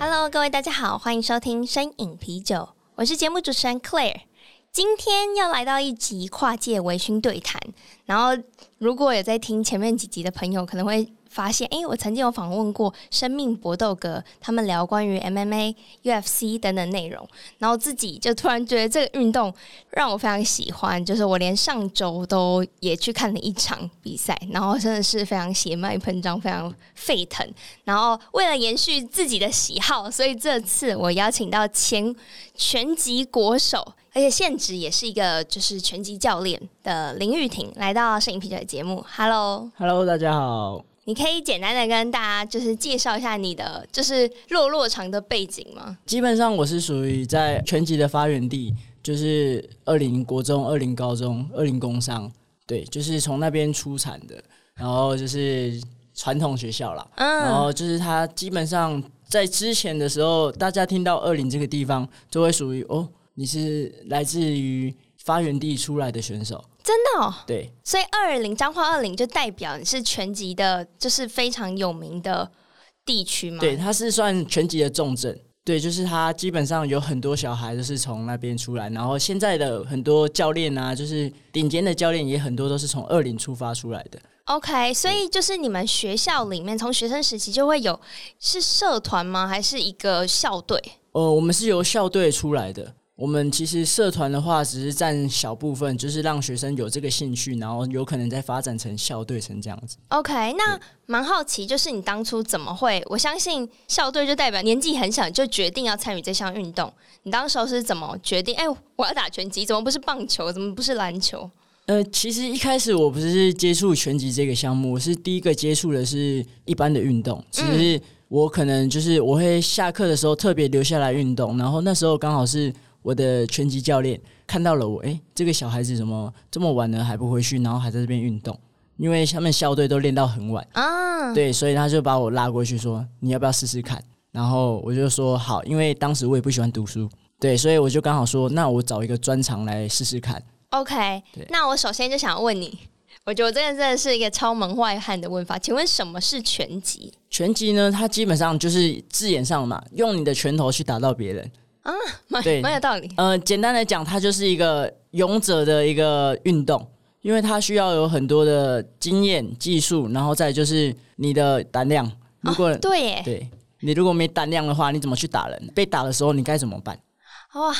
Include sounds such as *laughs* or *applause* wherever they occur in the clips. Hello，各位大家好，欢迎收听《深饮啤酒》，我是节目主持人 Claire。今天要来到一集跨界微醺对谈，然后如果有在听前面几集的朋友，可能会发现，诶，我曾经有访问过生命搏斗格，他们聊关于 MMA、UFC 等等内容，然后自己就突然觉得这个运动让我非常喜欢，就是我连上周都也去看了一场比赛，然后真的是非常血脉喷张，非常沸腾。然后为了延续自己的喜好，所以这次我邀请到前拳击国手，而且现职也是一个就是拳击教练的林玉婷来到摄影啤酒的节目。Hello， Hello，大家好。你可以简单的跟大家就是介绍一下你的就是落落场的背景吗？基本上我是属于在拳击的发源地，就是二零国中、二零高中、二零工商，对，就是从那边出产的。然后就是传统学校啦，然嗯，后就是它基本上在之前的时候，大家听到二零这个地方，就会属于哦，你是来自于发源地出来的选手，真的、哦，对，所以二零彰化二零就代表你是拳击的，就是非常有名的地区嘛。对，，它是算全集的重镇。对，就是它基本上有很多小孩就是从那边出来，然后现在的很多教练啊，就是顶尖的教练也很多都是从二林出发出来的。 OK，所以就是你们学校里面，从学生时期就会有是社团吗？还是一个校队？呃，我们是由校队出来的，我们其实社团的话只是占小部分，就是让学生有这个兴趣，然后有可能再发展成校队成这样子。 OK，那蛮好奇，就是你当初怎么会？我相信校队就代表年纪很小就决定要参与这项运动。你当时候是怎么决定？哎、我要打拳击，怎么不是棒球？怎么不是篮球？呃，其实一开始我不是接触拳击这个项目，我是第一个接触的是一般的运动，只是我可能就是我会下课的时候特别留下来运动，然后那时候刚好是我的拳击教练看到了我，诶，这个小孩子怎么这么晚了还不回去，然后还在这边运动，因为他们校队都练到很晚，啊，对，所以他就把我拉过去说你要不要试试看，然后我就说好，因为当时我也不喜欢读书，对，所以我就刚好说那我找一个专长来试试看。 OK，对那我首先就想问你，我觉得我这个真的是一个超门外汉的问法，请问什么是拳击？拳击呢，它基本上就是字眼上嘛，用你的拳头去打到别人。蛮对蛮有道理。呃，简单来讲，它就是一个勇者的一个运动，因为它需要有很多的经验、技术，然后再就是你的胆量。如果、哦、对耶，对你如果没胆量的话，你怎么去打人？被打的时候你该怎么办？哇，哦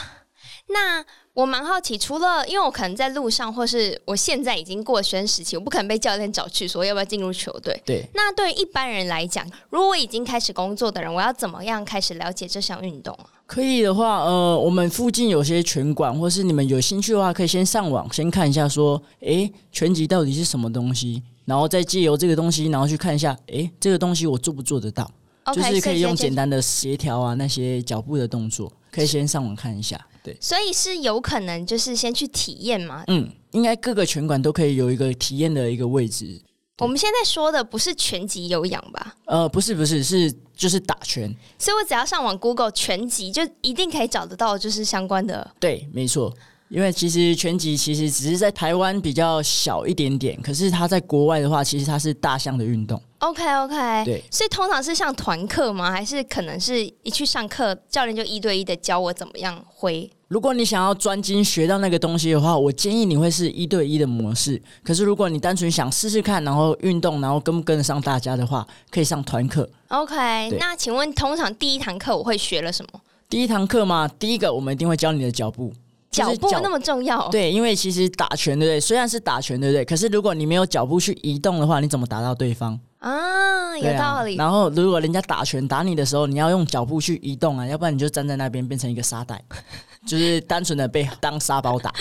那我蛮好奇，除了因为我可能在路上，或是我现在已经过学生时期，我不可能被教练找去说要不要进入球队。对，那对于一般人来讲，如果我已经开始工作的人，我要怎么样开始了解这项运动啊？可以的话，呃，我们附近有些拳馆，或是你们有兴趣的话，可以先上网先看一下，说，诶、拳击到底是什么东西，然后再借由这个东西，然后去看一下，诶、这个东西我做不做得到 OK，就是哦可以用所简单的协调啊，那些脚步的动作，可以先上网看一下。对，所以是有可能就是先去体验嘛。嗯，应该各个拳馆都可以有一个体验的一个位置。我们现在说的不是拳击有氧吧？呃，不是不是，是就是打拳，所以我只要上网 Google 拳击，就一定可以找得到，就是相关的。对，没错。因为其实拳击其实只是在台湾比较小一点点，可是它在国外的话，其实它是大项的运动。 OK OK，对，所以通常是像团课吗？还是可能是一去上课，教练就一对一的教我怎么样挥？如果你想要专精学到那个东西的话，我建议你会是一对一的模式。可是如果你单纯想试试看，然后运动，然后跟不跟得上大家的话，可以上团课。 OK，对那请问通常第一堂课我会学了什么？第一堂课嘛，第一个我们一定会教你的脚步，就脚是步那么重要？，对，因为其实打拳对不对？虽然是打拳对不对？可是如果你没有脚步去移动的话，你怎么打到对方？啊，对有啊道理。然后如果人家打拳打你的时候，你要用脚步去移动啊，要不然你就站在那边变成一个沙袋， *laughs* 就是单纯的被当沙 *laughs* 包打。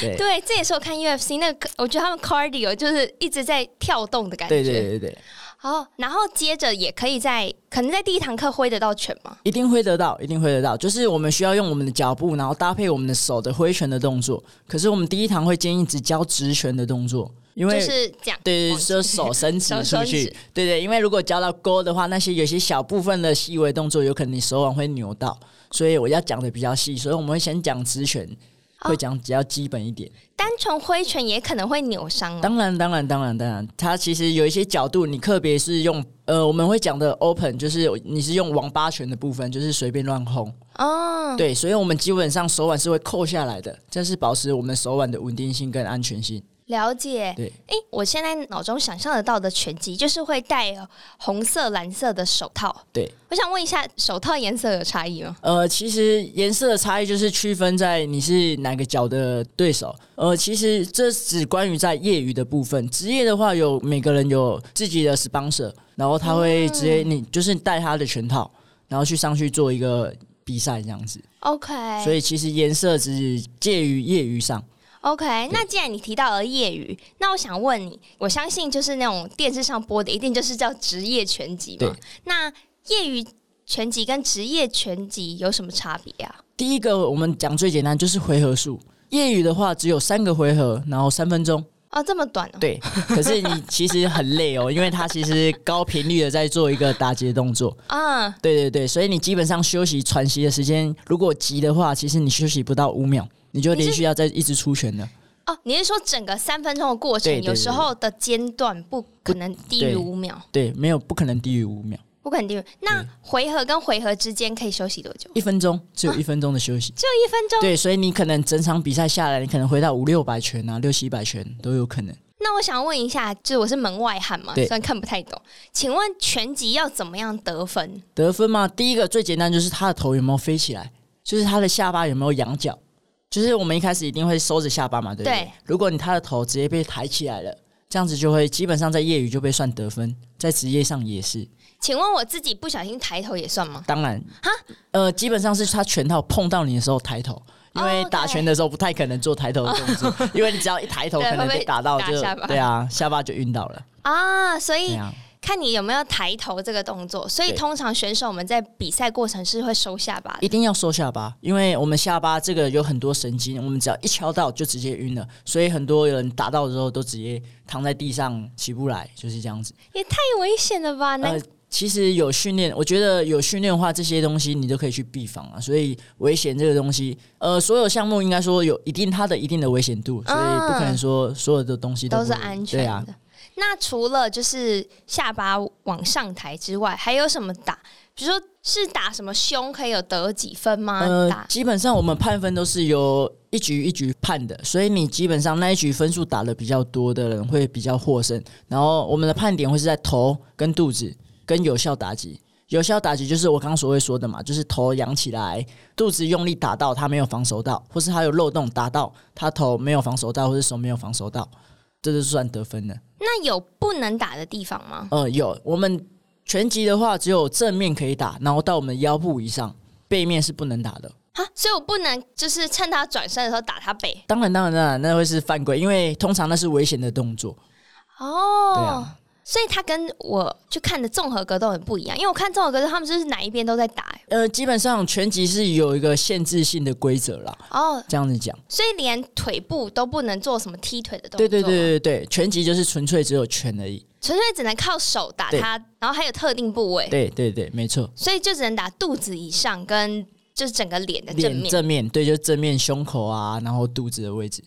对对，这也是我看 UFC 那个，我觉得他们 cardio 就是一直在跳动的感觉。对对对对，哦，然后接着也可以在可能在第一堂课挥得到拳吗？一定挥得到，一定挥得到。就是我们需要用我们的脚步，然后搭配我们的手的挥拳的动作。可是我们第一堂会建议只教直拳的动作，因为、就是这样，对，往就手 *laughs* 伸直手出伸去直，对对，因为如果教到勾的话，那些有些小部分的细微动作，有可能你手腕会扭到，所以我要讲的比较细，所以我们会先讲直拳，哦会讲比较基本一点。单纯挥拳也可能会扭伤哦。当然，当然，当然，当然，它其实有一些角度，你特别是用呃，我们会讲的 open，就是你是用王八拳的部分，就是随便乱轰。哦，对，所以我们基本上手腕是会扣下来的，这是保持我们手腕的稳定性跟安全性。了解。对，诶，我现在脑中想象得到的拳击就是会戴红色、蓝色的手套。对，我想问一下，手套颜色有差异吗？呃，其实颜色的差异就是区分在你是哪个角的对手。呃，其实这只关于在业余的部分，职业的话有每个人有自己的 sponsor，然后他会直接你就是带他的拳套，然后去上去做一个比赛这样子。 OK，所以其实颜色只介于业余上。 OK，那既然你提到了业余，那我想问你，我相信就是那种电视上播的，一定就是叫职业拳击嘛对？那业余拳击跟职业拳击有什么差别啊？第一个我们讲最简单就是回合数，业余的话只有三个回合，然后三分钟。哦，这么短哦。对，可是你其实很累哦，因为他其实高频率的在做一个打击的动作。嗯，对对对，所以你基本上休息喘息的时间，如果急的话，其实你休息不到五秒，你就你是连续要再一直出拳了。哦，你是说整个三分钟的过程，对对对有时候的间断不可能低于对五秒，对，没有不可能低于五秒，不可能低于。嗯那回合跟回合之间可以休息多久？一分钟只有一分钟的休息。只有一分钟。对，所以你可能整场比赛下来，你可能回到五六百拳啊，六七百拳都有可能。那我想问一下，就是我是门外汉嘛，对虽然看不太懂，请问拳击要怎么样得分？得分嘛，第一个最简单就是他的头有没有飞起来，就是他的下巴有没有仰角。就是我们一开始一定会收着下巴嘛，对不对？对如果你他的头直接被抬起来了，这样子就会基本上在业余就被算得分，在职业上也是。请问我自己不小心抬头也算吗？当然，呃，基本上是他拳套碰到你的时候抬头，因为哦打对拳的时候不太可能做抬头的动 *laughs* 作，因为你只要一抬头，对可能会被被打到打就下巴对啊，下巴就晕倒了。啊，所对以啊，看你有没有抬头这个动作。所以对通常选手我们在比赛过程是会收下巴的一定要收下巴，因为我们下巴这个有很多神经，我们只要一敲到就直接晕了，所以很多人打到的时候都直接躺在地上起不来，就是这样子。也太危险了吧？那、呃，其实有训练，我觉得有训练的话，这些东西你都可以去避防啊。所以危险这个东西，呃，所有项目应该说有一定它的一定的危险度，所以不可能说所有的东西啊都不是安全对的。啊，那除了就是下巴往上抬之外，还有什么打？比如说是打什么胸可以有得几分吗？呃，打基本上我们判分都是由一局一局判的，所以你基本上那一局分数打的比较多的人会比较获胜。然后我们的判点会是在头跟肚子跟有效打击。有效打击就是我刚刚所谓说的嘛，就是头扬起来，肚子用力打到他没有防守到，或是他有漏洞打到他头没有防守到，或是手没有防守到，这就算得分了。那有不能打的地方吗？呃，有我们拳击的话，只有正面可以打，然后到我们的腰部以上，背面是不能打的。啊，所以我不能就是趁他转身的时候打他背当然，当然，当然，那会是犯规，因为通常那是危险的动作。哦。对啊所以他跟我去看的综合格斗很不一样，因为我看综合格斗，他们就是哪一边都在打、欸呃，基本上拳击是有一个限制性的规则啦，哦，这样子讲。所以连腿部都不能做什么踢腿的动作，对对对对对，拳击就是纯粹只有拳而已。纯粹只能靠手打对他，然后还有特定部位，对对对，没错。所以就只能打肚子以上跟就是整个脸的正脸面。正面对，就是正面胸口啊，然后肚子的位置。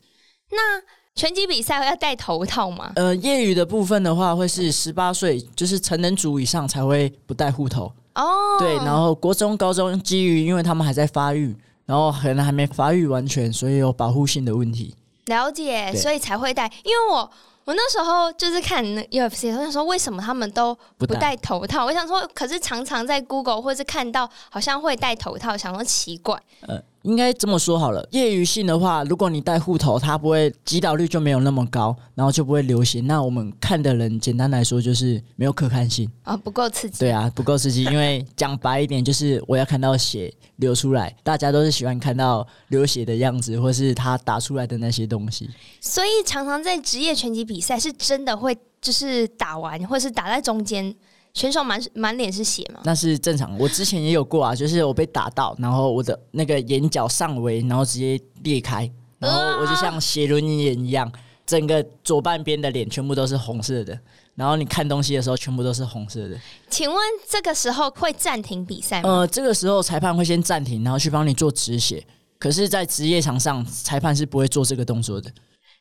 那拳击比赛要戴头套吗？呃，业余的部分的话，会是十八岁，就是成人组以上才会不戴护头。哦，对，然后国中、高中基于因为他们还在发育，然后可能还没发育完全，所以有保护性的问题。了解，对所以才会戴。因为我我那时候就是看那 UFC，我想说为什么他们都不不戴戴头套？我想说，可是常常在 Google 或是看到好像会戴头套，想说奇怪。呃，应该这么说好了。业余性的话，如果你戴护头，它不会击倒率就没有那么高，然后就不会流行。那我们看的人，简单来说就是没有可看性。啊、不够刺激。对啊，不够刺激。因为讲白一点，就是我要看到血流出来，大家都是喜欢看到流血的样子，或是他打出来的那些东西。所以常常在职业拳击比赛是真的会就是打完或是打在中间，选手满满脸是血吗？那是正常。我之前也有过啊，就是我被打到，然后我的那个眼角上围，然后直接裂开，然后我就像斜轮眼一样，整个左半边的脸全部都是红色的，然后你看东西的时候全部都是红色的。请问这个时候会暂停比赛吗？呃，这个时候裁判会先暂停，然后去帮你做止血。可是，在职业场上，裁判是不会做这个动作的。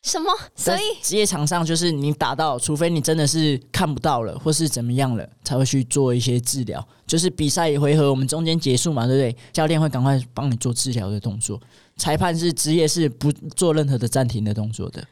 什么？所以在职业场上，就是你打到，除非你真的是看不到了，或是怎么样了，才会去做一些治疗。就是比赛一回合，我们中间结束嘛，对不对？教练会赶快帮你做治疗的动作。裁判是职业是不做任何的暂停的动作嗯的。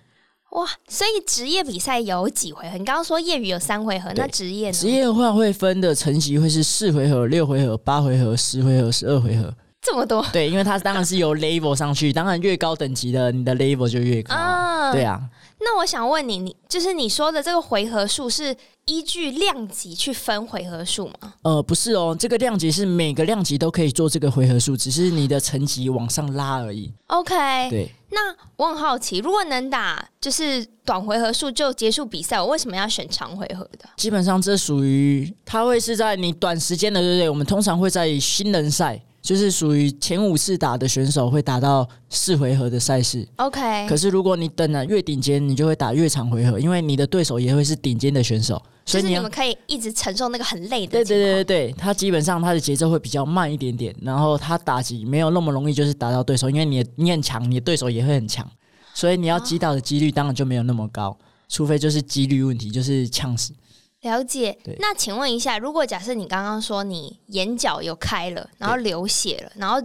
哇，所以职业比赛有几回合？你刚刚说业余有三回合，那职业呢？职业的话会分的层级会是四回合、六回合、八回合、十回合、十二回合。这么多对，因为它当然是由 level 上去，当然越高等级的，你的 level 就越高啊。啊？对啊，那我想问你，你就是你说的这个回合数是依据量级去分回合数吗？呃，不是哦，这个量级是每个量级都可以做这个回合数，只是你的层级往上拉而已。 ？OK，对，那我很好奇，如果能打就是短回合数就结束比赛，我为什么要选长回合的？基本上这属于它会是在你短时间的，对不对？我们通常会在新人赛，就是属于前五次打的选手会打到四回合的赛事。 OK，可是如果你等了越顶尖，你就会打越长回合，因为你的对手也会是顶尖的选手，所就是以你你要们可以一直承受那个很累的对情对况。对对对，他基本上他的节奏会比较慢一点点，然后他打击没有那么容易就是打到对手，因为你的你很强，你的对手也会很强，所以你要击倒的几率当然就没有那么哦高，除非就是几率问题，就是呛死。了解对。那请问一下，如果假设你刚刚说你眼角有开了，然后流血了，然后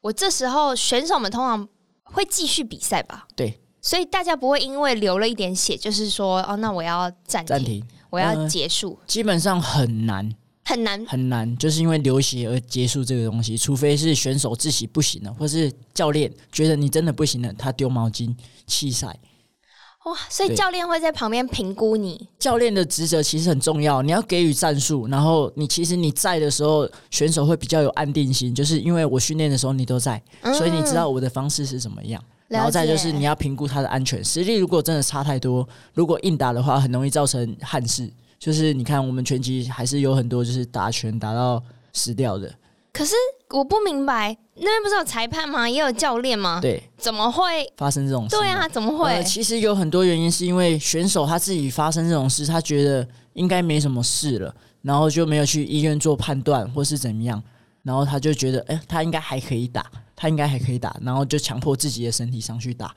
我这时候选手们通常会继续比赛吧？对，所以大家不会因为流了一点血，就是说哦，那我要暂暂停，停我要嗯结束，基本上很难很难。很难，就是因为流血而结束这个东西，除非是选手自己不行了，或是教练觉得你真的不行了，他丢毛巾弃赛。哇，所以对教练会在旁边评估你，教练的职责其实很重要，你要给予战术，然后你其实你在的时候，选手会比较有安定心，就是因为我训练的时候你都在，嗯所以你知道我的方式是怎么样。了解然后再就是你要评估他的安全实力，如果真的差太多，如果硬打的话，很容易造成憾事。就是你看我们拳击还是有很多就是打拳打到死掉的，可是我不明白，那边不是有裁判吗？也有教练吗？对，怎么会？发生这种嗯事。对啊，怎么会？呃，其实有很多原因，是因为选手他自己发生这种事，他觉得应该没什么事了，然后就没有去医院做判断或是怎么样，然后他就觉得，哎、他应该还可以打，他应该还可以打，然后就强迫自己的身体上去打。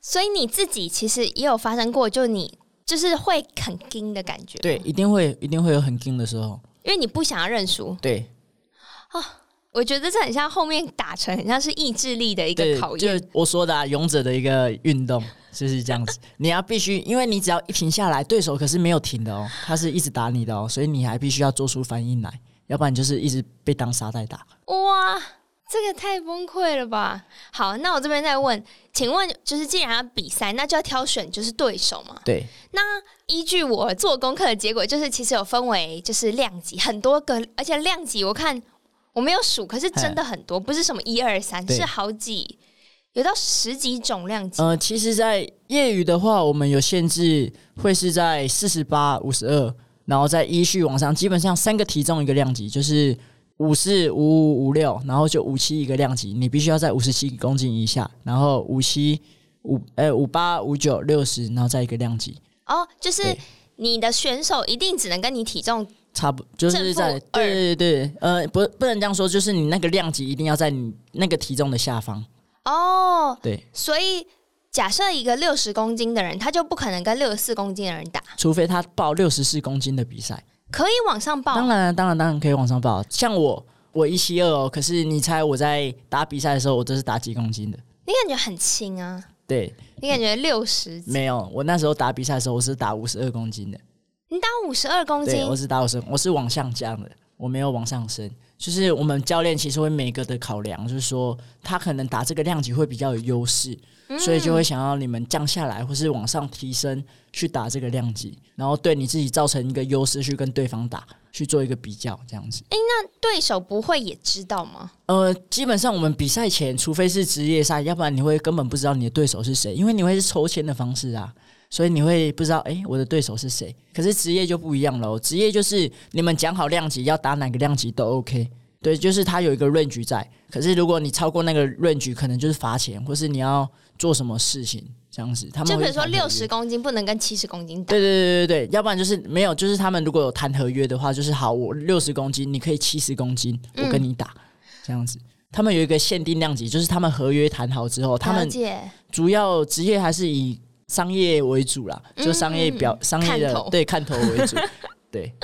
所以你自己其实也有发生过，就你就是会很惊的感觉，对，一定会一定会有很硬的时候。因为你不想要认输。对，我觉得这很像后面打成，很像是意志力的一个对，考验。就我说的、啊、勇者的一个运动就是这样子，你要必须，因为你只要一停下来，对手可是没有停的哦，他是一直打你的哦，所以你还必须要做出反应来，要不然你就是一直被当沙袋打。哇，这个太崩溃了吧！好，那我这边再问，请问就是既然要比赛，那就要挑选就是对手嘛？对。依据我做功课的结果，就是其实有分为就是量级很多个，而且量级我看我没有数，可是真的很多，不是什么一二三，对是好几，有到十几种量级。呃，其实，在业余的话，我们有限制，会是在四十八、五十二，然后再依序往上，基本上三个体重一个量级，就是五四、五五、五六，然后就五七一个量级，你必须要在五十七公斤以下，然后五七、五呃五八、五九、六十，然后再一个量级，哦，就是对你的选手一定只能跟你体重差不就是正负在二对对对，呃，不不能这样说，就是你那个量级一定要在你那个体重的下方，哦，对，所以假设一个六十公斤的人，他就不可能跟六十四公斤的人打，除非他报六十四公斤的比赛。可以往上当报。然，当然，当然可以往上报。像我，我一七二哦，可是你猜我在打比赛的时候，我都是打几公斤的？你感觉很轻啊，对，你感觉六十，没有，我那时候打比赛的时候，我是打五十二公斤的。你打五十二公对，斤我，是打五十，我是往上降的，我没有往上升。就是我们教练其实会每个的考量，就是说他可能打这个量级会比较有优势，嗯所以就会想要你们降下来或是往上提升去打这个量级，然后对你自己造成一个优势去跟对方打，去做一个比较这样子。嗯对手不会也知道吗？呃，基本上我们比赛前，除非是职业赛，要不然你会根本不知道你的对手是谁，因为你会是抽签的方式啊。所以你会不知道，哎、我的对手是谁。可是职业就不一样了，哦职业就是你们讲好量级，要打哪个量级都 OK。对，就是它有一个 range 在。可是如果你超过那个 range，可能就是罚钱，或是你要做什么事情这样子。他们就会比如说谈合约六十公斤不能跟七十公斤打，对对对对对，要不然就是没有，就是他们如果有谈合约的话，就是好，我六十公斤，你可以七十公斤，嗯我跟你打、这样子。他们有一个限定量级，就是他们合约谈好之后，他了们解主要职业还是以商业为主啦，就商业表、商业嗯看头的对看头 *laughs* 为主，对。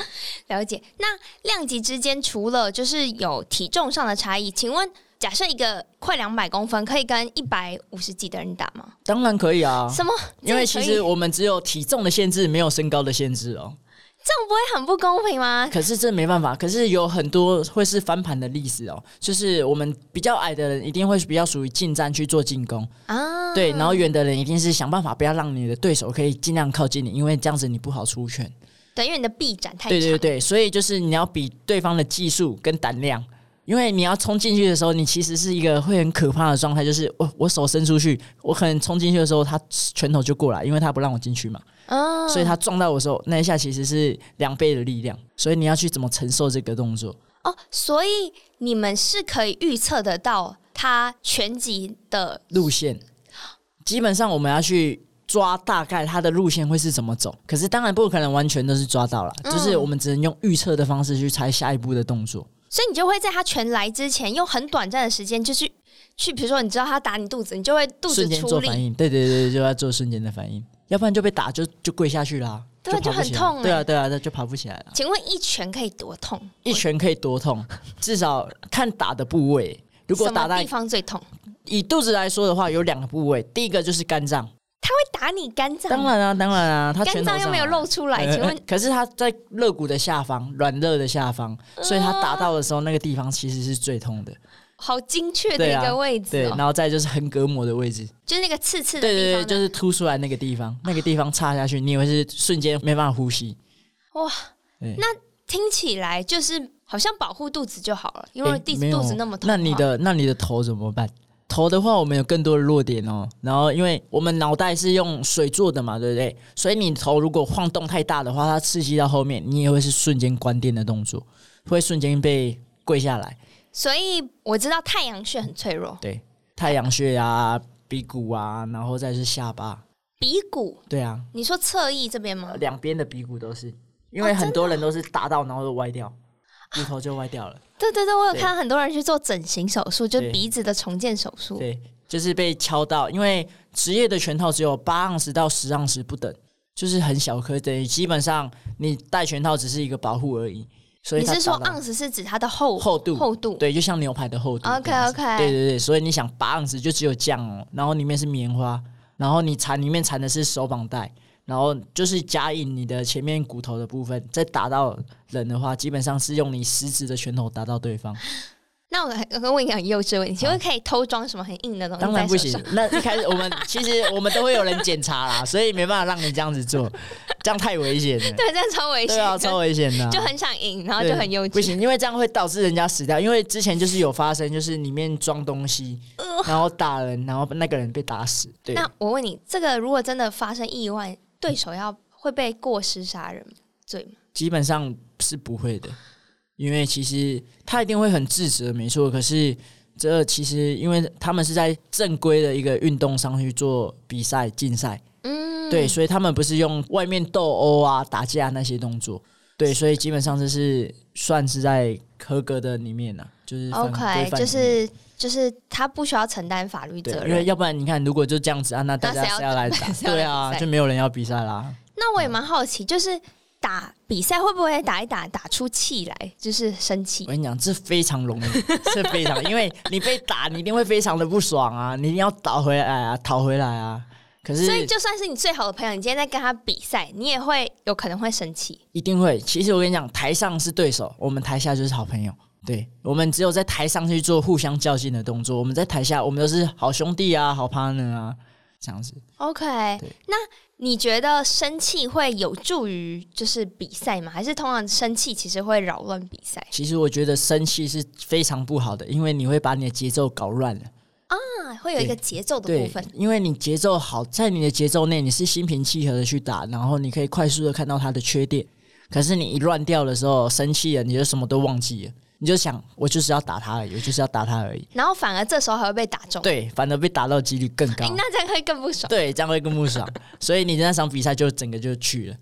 了解。那量级之间除了就是有体重上的差异，请问假设一个快两百公分可以跟一百五十几的人打吗？当然可以啊，什么？因为这其个可以实我们只有体重的限制，没有身高的限制哦。这样不会很不公平吗？可是这没办法，可是有很多会是翻盘的例子哦。就是我们比较矮的人，一定会比较属于近战去做进攻，啊，对，然后远的人一定是想办法不要让你的对手可以尽量靠近你，因为这样子你不好出拳。对，因为你的臂展太长，对对对，所以就是你要比对方的技术跟胆量，因为你要冲进去的时候，你其实是一个会很可怕的状态，就是我我手伸出去，我可能冲进去的时候，他拳头就过来，因为他不让我进去嘛，嗯所以他撞到我的时候，那一下其实是两倍的力量，所以你要去怎么承受这个动作。哦，所以你们是可以预测得到他全集的路线，基本上我们要去抓大概它的路线会是怎么走。可是当然不可能完全都是抓到了，嗯就是我们只能用预测的方式去猜下一步的动作。所以你就会在他全来之前，用很短暂的时间，就是去，比如说你知道他打你肚子，你就会肚子瞬间出做反力，应，对对对，就要做瞬间的反应，要不然就被打就就跪下去啦，对啊就爬不就很起来痛欸对啊对啊，那就爬不起来了。请问一拳可以多痛？一拳可以多痛？至少看打的部位。如果什打么到地方最痛？以肚子来说的话，有两个部位，第一个就是肝脏，他会打你肝脏，当然啊，当然啊，他肝拳头脏又上没有啊露出 *laughs* 来，呃请问可是它在肋骨的下方，软肋的下方，嗯所以它打到的时候，那个地方其实是最痛的。好精确的对一啊个位置对，哦然，后再就是横膈膜的位置，就是那个刺刺的对对地对，方就呢。是凸出来那个地方，那个地方插下去，你以为是瞬间没办法呼吸。哇，对那听起来就是好像保护肚子就好了，因为诶肚没有肚子那么痛。那你的那你的头怎么办？头的话，我们有更多的弱点哦。然后，因为我们脑袋是用水做的嘛，对不对？所以你头如果晃动太大的话，它刺激到后面，你也会是瞬间关电的动作，会瞬间被跪下来。所以我知道太阳穴很脆弱，对，太阳穴啊、鼻骨啊，然后再是下巴。鼻骨，对啊，你说侧翼这边吗？两边的鼻骨都是，因哦啊为很多人都是打到然后就歪掉，骨头就歪 *laughs* 掉了。对对对，我有对看到很多人去做整形手术，就是对鼻子的重建手术。对，就是被敲到，因为职业的拳套只有八盎司到十盎司不等，就是很小颗，等于基本上你戴拳套只是一个保护而已。所以你它是说打到盎司是指它的厚厚度厚度？对，就像牛排的厚度这样子。 OK，OK 对对对，所以你想八盎司就只有酱哦，然后里面是棉花，然后你缠里面缠的是手绑带，然后就是夹引你的前面骨头的部分，再打到人的话，基本上是用你食指的拳头打到对 *laughs* 方。那我来我问一个很幼稚的问题，请问可以偷装什么很硬的东西？当然不行。，那一开始我们其实我们都会有人检查啦，所以没办法让你这样子做，这样太危险了。 *laughs* 对，这样超危险。 *laughs* 对啊，超危险的啊、 *laughs* 就很想赢，然后对就很幼不稚。行，因为这样会导致人家死掉。因为之前就是有发生，就是里面装东西，然后打人，然后那个人被打死。对，呃那我问你，这个如果真的发生意外，对手要会被过失杀人罪吗？基本上是不会的，因为其实他一定会很自责，没错。可是这其实因为他们是在正规的一个运动上去做比赛竞赛，嗯，对，所以他们不是用外面斗殴啊、打架那些动作。对，所以基本上这是算是在合格的里面呢、就是犯规，OK，就范里面是就是他不需要承担法律对责，因为任。要不然你看，如果就这样子啊，那大 *laughs* 那家谁要谁要来打？谁要来对啊，比赛就没有人要比赛啦。那我也蛮好奇，就是打比赛会不会打一打打出气来，就是生气我？跟你讲，这非常容易，这非常，因为你被打，你一定会非常的不爽啊，你一定要倒回来啊，讨回来啊。可所以是就算是你最好的朋友，你今天在跟他比赛，你也会有可能会生气。一定会，其实我跟你讲，台上是对手，我们台下就是好朋友。对，我们只有在台上去做互相较劲的动作，我们在台下，我们都是好兄弟啊，好 partner 啊，这样子。 OK，对那你觉得生气会有助于就是比赛吗？还是通常生气其实会扰乱比赛？其实我觉得生气是非常不好的，因为你会把你的节奏搞乱了。啊，会有一个节奏的部对分，，因为你节奏好，在你的节奏内，你是心平气和的去打，然后你可以快速的看到他的缺点。可是你一乱掉的时候，生气了，你就什么都忘记了，你就想我就是要打他而已，我就是要打他而已。然后反而这时候还会被打中。对，啊反而被打到几率更高哎、。那这样会更不爽对，这样会更不爽。所以你那场比赛就整个就去了，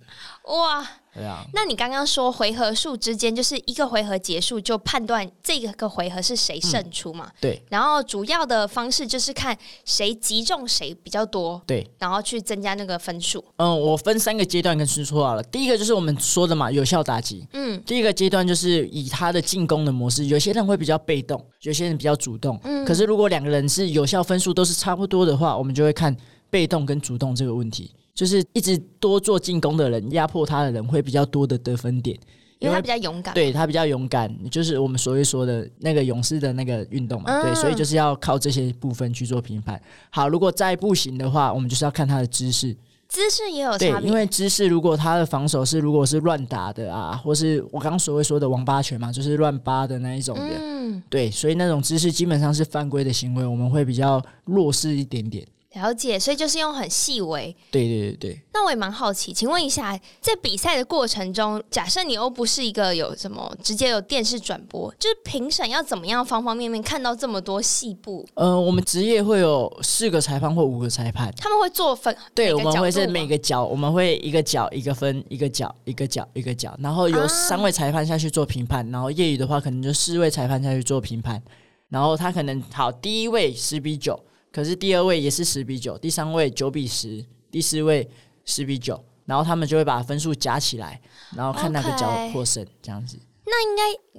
哇！对啊，那你刚刚说回合数之间，就是一个回合结束就判断这个回合是谁胜出嘛？对然后主要的方式就是看谁击中谁比较多，对。然后去增加那个分数。嗯，我分三个阶段跟叔说好了。第一个就是我们说的嘛，有效打击。嗯，第一个阶段就是以他的进攻的模式，有些人会比较被动，有些人比较主动。嗯，可是如果两个人是有效分数都是差不多的话，我们就会看被动跟主动这个问题。就是一直多做进攻的人，压迫他的人会比较多的得分点，因为他比较勇敢。对他比较勇敢，就是我们所谓说的那个勇士的那个运动嘛，对，所以就是要靠这些部分去做评判。好，如果再不行的话，我们就是要看他的姿势，姿势也有对差，别。因为姿势如果他的防守是如果是乱打的啊，或是我刚刚所谓说的王八拳嘛，就是乱扒的那一种的，嗯，对，所以那种姿势基本上是犯规的行为，我们会比较弱势一点点。了解，所以就是用很细微。对对对对，那我也蛮好奇，请问一下，在比赛的过程中，假设你又不是一个有什么直接有电视转播，就是评审要怎么样方方面面看到这么多细部？呃，我们职业会有四个裁判或五个裁判。他们会做分，对，每个我们角会度是吗每个角，我们会一个角一个分，一个角一个角一个角，然后由啊三位裁判下去做评判，然后业余的话可能就四位裁判下去做评判，然后他可能好第一位十比九，可是第二位也是十比九，第三位九比十，第四位十比九，然后他们就会把分数加起来，然后看哪个角 OK 获胜这样子。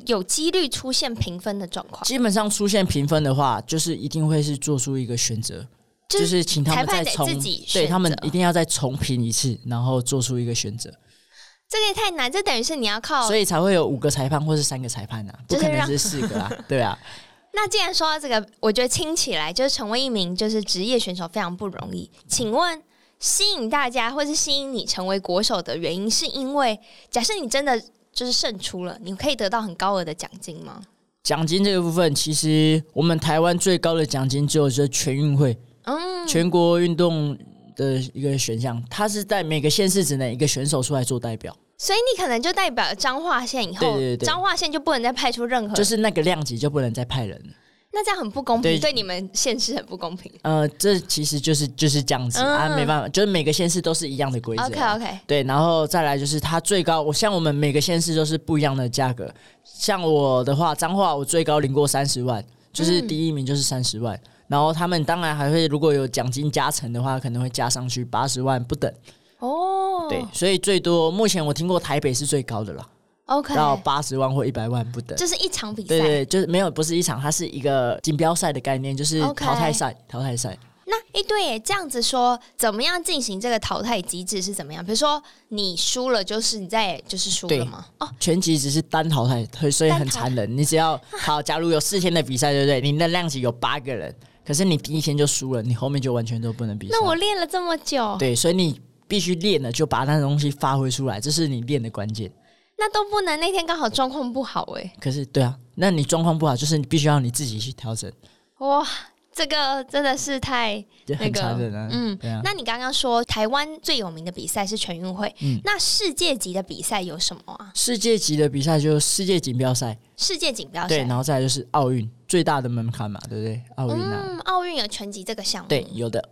有几率出现平分的状况，基本上出现评分的话，就是一定会是做出一个选择。就就是是请他们裁判再得重自己，对选他们择一定要再重评一次，然后做出一个选择。这个也太难，这等于是你要靠所。以才会有五个裁判或是三个裁判啊，不哦就是可能让是四 *laughs* 个啊，对啊，那既然说到这个，我觉得听起来就是成为一名就是职业选手非常不容易。请问吸引大家或是吸引你成为国手的原因，是因为假设你真的就是胜出了，你可以得到很高额的奖金吗？奖金这个部分，其实我们台湾最高的奖金只有这全运会，嗯，全国运动的一个选项，它是在每个县市只能一个选手出来做代表，所以你可能就代表彰化县以后，对对对彰化县就不能再派出任何，就是那个量级就不能再派人了。那这样很不公平，对对你们县市很不公平。呃，这其实就是就是这样子、啊，嗯没办法，就是每个县市都是一样的规则啊。 OK OK，对，然后再来就是它最高，我像我们每个县市都是不一样的价格。像我的话，彰化我最高领过三十万，嗯就是第一名就是三十万。然后他们当然还会，如果有奖金加成的话，可能会加上去八十万不等。哦，对，所以最多目前我听过台北是最高的了， ，OK，到八十万或一百万不等。这是一场比赛。对对，就是没有不是一场，它是一个锦标赛的概念，就是 OK 淘汰赛，淘汰赛。那诶，对耶，这样子说，怎么样进行这个淘汰机制是怎么样？比如说你输了，就是你再也就是输了对吗？哦，全集只是单淘汰，所以所以单很淘残忍。你只要好，假如有四天的比赛，对不对？你那量级有八个人，可是你第一天就输了，你后面就完全都不能比赛。那我练了这么久，对，所以你必须练了，就把那东西发挥出来，这是你练的关键。那都不能那天刚好状况不好哎，可是对啊，那你状况不好，就是你必须要你自己去调整，哇，这个真的是太……就那 *laughs* 很个残忍啊。嗯对啊。那你刚刚说台湾最有名的比赛是全运会，嗯那世界级的比赛有什么啊？世界级的比赛就是世界锦标赛，世界锦标对，赛然，后再来就是奥运最大的门槛嘛，对不对？奥运啊，嗯，奥运有拳击这个项目，对，有的。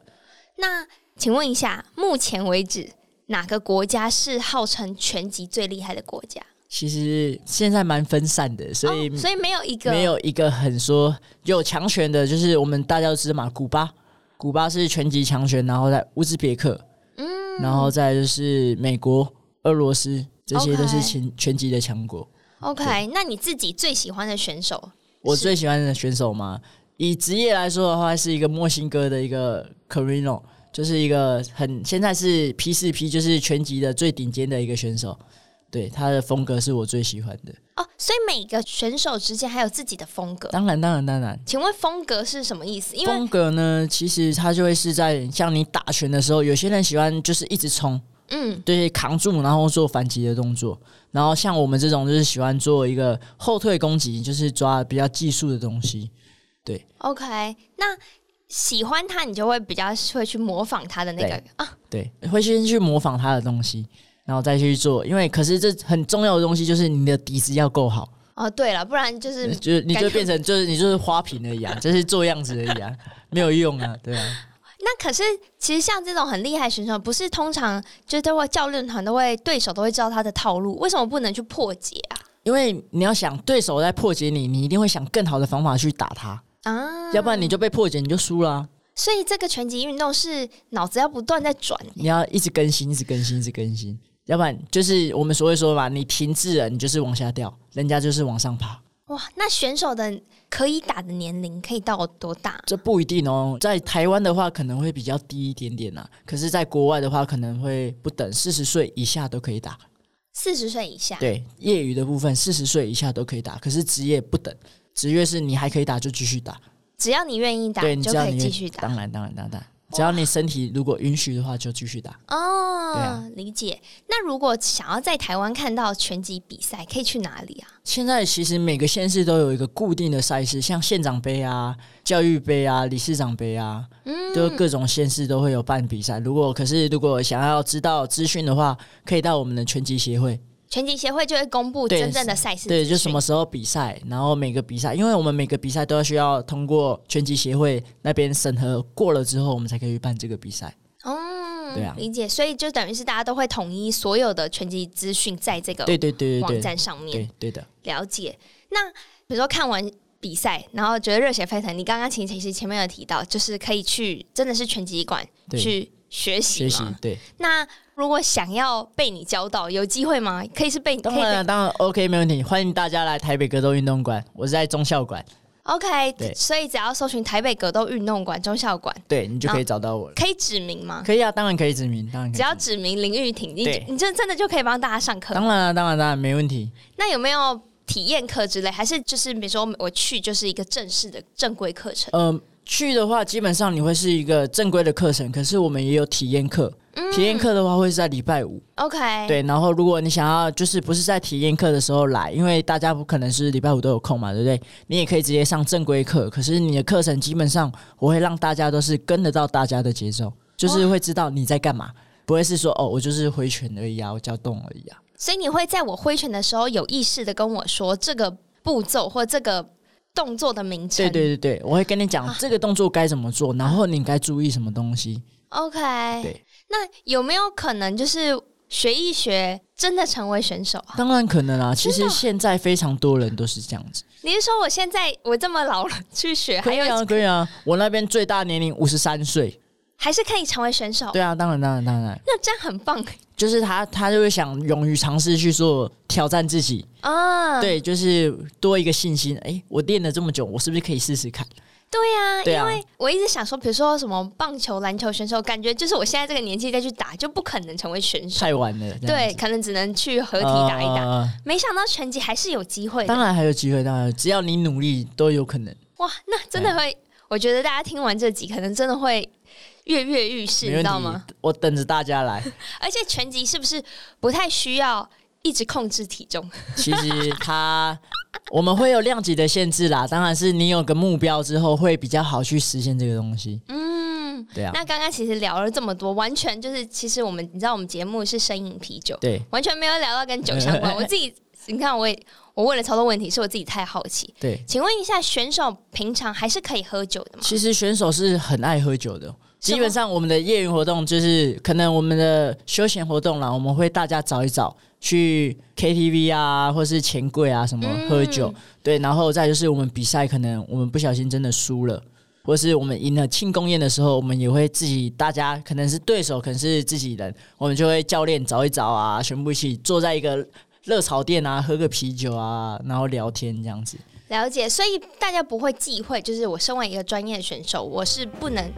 那请问一下，目前为止哪个国家是号称拳击最厉害的国家？其实现在蛮分散的，所以哦、所以没有一个没有一个很说有强权的，就是我们大家都知道嘛，古巴，古巴是拳击强权，然后在乌兹别克，嗯，然后再来就是美国、俄罗斯，这些都是 OK 拳拳击的强国。 OK，那你自己最喜欢的选手我是最喜欢的选手嘛，以职业来说的话，是一个墨西哥的一个 Carino，就是一个很现在是 P 四 P，就是拳击的最顶尖的一个选手。对他的风格是我最喜欢的，哦，所以每个选手之间还有自己的风格。当然，当然，当然，请问风格是什么意思？因为风格呢，其实它就会是在像你打拳的时候，有些人喜欢就是一直冲，嗯，对，扛住，然后做反击的动作。然后像我们这种就是喜欢做一个后退攻击，就是抓比较技术的东西。 OK，那喜欢他，你就会比较会去模仿他的那个啊，对，会先去模仿他的东西，然后再去做。因为可是这很重要的东西就是你的底子要够好，哦，对了，不然就是就是你感就觉变成就是你就是花瓶而已啊，就是做样子而已啊，没有用啊，对啊。那可是其实像这种很厉害的选手，不是通常就是都会教练团都会对手都会知道他的套路，为什么不能去破解啊？因为你要想对手在破解你，你一定会想更好的方法去打他，啊，要不然你就被破解，你就输了啊、所以这个拳击运动是脑子要不断在转，你要一直更新，一直更新，一直更新，要不然就是我们所谓说吧，你停滞了，你就是往下掉，人家就是往上爬，哇，那选手的可以打的年龄可以到多大？这不一定哦。在台湾的话可能会比较低一点点啊，可是在国外的话可能会不等，四十岁以下都可以打。四十岁以下，对，业余的部分四十岁以下都可以打，可是职业不等，职业是你还可以打就继续打，只要你愿意打，对，你你就只要可你以愿继意续打。当然当然当然，只要你身体如果允许的话就继续打。哦，对啊理解。那如果想要在台湾看到拳击比赛，可以去哪里啊？现在其实每个县市都有一个固定的赛事，像县长杯啊、教育杯啊、理事长杯啊，嗯就各种县市都会有办比赛。如果可是如果想要知道资讯的话，可以到我们的拳击协会，拳击协会就会公布对真正的赛事，对，就什么。时候比赛，然后每个比赛，因为我们每个比赛都要需要通过拳击协会那边审核过了之后，我们才可以去办这个比赛。哦，对啊理解。所以就等于是大家都会统一所有的拳击资讯在这个对对对网对对，站上面对对的。了解。那比如说看完比赛，然后觉得热血沸腾，你刚刚其实其实前面有提到，就是可以去真的是拳击馆对去学习学嘛习对，那如果想要被你教到，有机会吗？可以是被你，可当以被然了，当然 OK，没问题，欢迎大家来台北格斗运动馆，我是在中校馆， OK，对所以只要搜寻台北格斗运动馆、中校馆，对你就可以找到我了。可以指名吗？可以啊，当然可以指名，当然嗯可以只指要名。指名林玉婷，你对你就真的就可以帮大家上课。当然啊，当然当然没问题。那有没有体验课之类？还是就是比如说我去就是一个正式的正规课程？呃，去的话基本上你会是一个正规的课程，可是我们也有体验课。嗯体验课的话会是在礼拜五， OK，，对。然后如果你想要就是不是在体验课的时候来，因为大家不可能是礼拜五都有空嘛，对不对？你也可以直接上正规课，可是你的课程基本上我会让大家都是跟得到大家的节奏，就是会知道你在干嘛，不会是说哦我就是挥拳而已啊，我叫动而已啊。所以你会在我挥拳的时候有意识的跟我说这个步骤或这个动作的名称。对对对对，我会跟你啊讲这个动作该怎么做，然后你该注意什么东西。 OK，对那有没有可能就是学一学，真的成为选手啊？当然可能啊，其实现在非常多人都是这样子。你是说我现在我这么老了去学，可还以有啊，可以啊，我那边最大年龄五十三岁。还是可以成为选手？对啊，当然当然当然，那这样很棒就是他他就会想勇于尝试去做挑战自己。啊！对，就是多一个信心。哎、我练了这么久，我是不是可以试试看？对呀、对啊因为我一直想说，比如说什么棒球、篮球选手，感觉就是我现在这个年纪再去打，就不可能成为选手。太晚了，这样对，子可能只能去合体打一打。啊没想到拳击还是有机会的当然还有机会，当然只要你努力都有可能，哇！那真哎的会，我觉得大家听完这集，可能真的会跃跃欲试，你没知问道吗？题。我等着大家来。而且拳击是不是不太需要一直控制体重？其实它我们会有量级的限制啦，当然是你有个目标之后会比较好去实现这个东西。嗯，对啊，那刚刚其实聊了这么多，完全就是其实我们你知道我们节目是生饮啤酒，对完全没有聊到跟酒相关。我自己你看我也我问了超多问题，是我自己太好奇。对，请问一下，选手平常还是可以喝酒的吗？其实选手是很爱喝酒的。是吗基本上我们的业余活动就是可能我们的休闲活动啦，我们会大家找一找去 KTV 啊，或是钱柜啊什么嗯喝酒。对，然后再就是我们比赛，可能我们不小心真的输了。或是我们赢了庆功宴的时候，我们也会自己大家可能是对手，可能是自己人，我们就会教练找一找啊，全部一起坐在一个热炒店啊，喝个啤酒啊，然后聊天这样子。了解，所以大家不会忌讳，就是我身为一个专业的选手，我是不能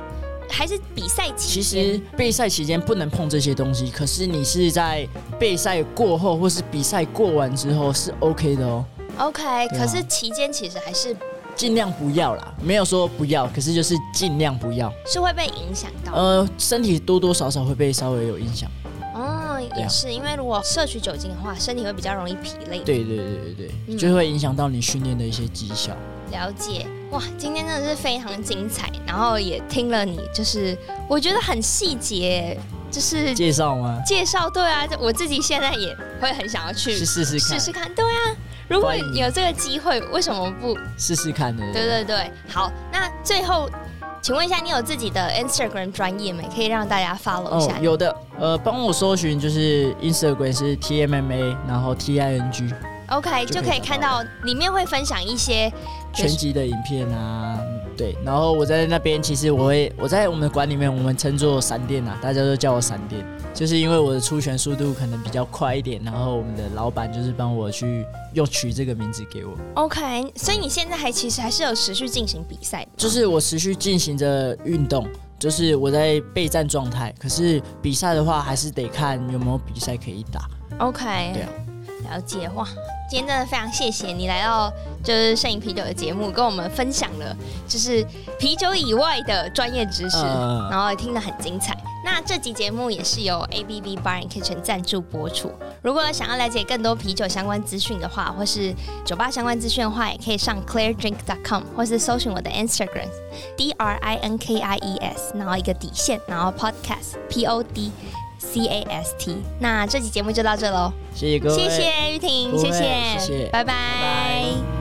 还是比赛期其间实备赛期间不能碰这些东西，可是你是在备赛过后或是比赛过完之后是 OK 的哦， OK，、对啊可是期间其实还是尽量不要啦，没有说不要，可是就是尽量不要。是会被影响到。呃，身体多多少少会被稍微有影响，哦，上也是，因为如果摄取酒精的话，身体会比较容易疲累。对对对对嗯对，就会影响到你训练的一些绩效。了解哇，今天真的是非常精彩，然后也听了你，就是我觉得很细节，就是介绍吗？介绍。对啊，就我自己现在也会很想要去去试试试看，试看。对啊，如果欢迎有这个机会，为什么不？试试看的。对对对，好，那最后。请问一下，你有自己的 Instagram 专业没？可以让大家 follow 一哦下。，有的，呃，帮我搜寻就是 Instagram 是 T M M A，然后 T I N G OK，就就可可以以找看到到里面会分享一些全集的影片啊，对，然后我在那边其实我会我在我们的馆里面，我们称作闪电啊，大家都叫我闪电，就是因为我的出拳速度可能比较快一点，然后我们的老板就是帮我去又取这个名字给我， OK，所以你现在还其实还是有持续进行比赛的吗，就是我持续进行着运动。就是我在备战状态，可是比赛的话还是得看有没有比赛可以打。 OK，对啊了解哇。今天真的非常谢谢你来到就是摄影啤酒的节目，跟我们分享了就是啤酒以外的专业知识，嗯然后也听得很精彩。那这集节目也是由 ABB Bar and Kitchen 赞助播出。如果想要了解更多啤酒相关资讯的话，或是酒吧相关资讯的话，也可以上 clairedrink.com 或是搜寻我的 Instagram D R I N K I E S，然后一个底线，然后 podcast P O D C A S T。那这期节目就到这喽，谢谢各位，谢谢玉婷，不会谢谢谢拜拜拜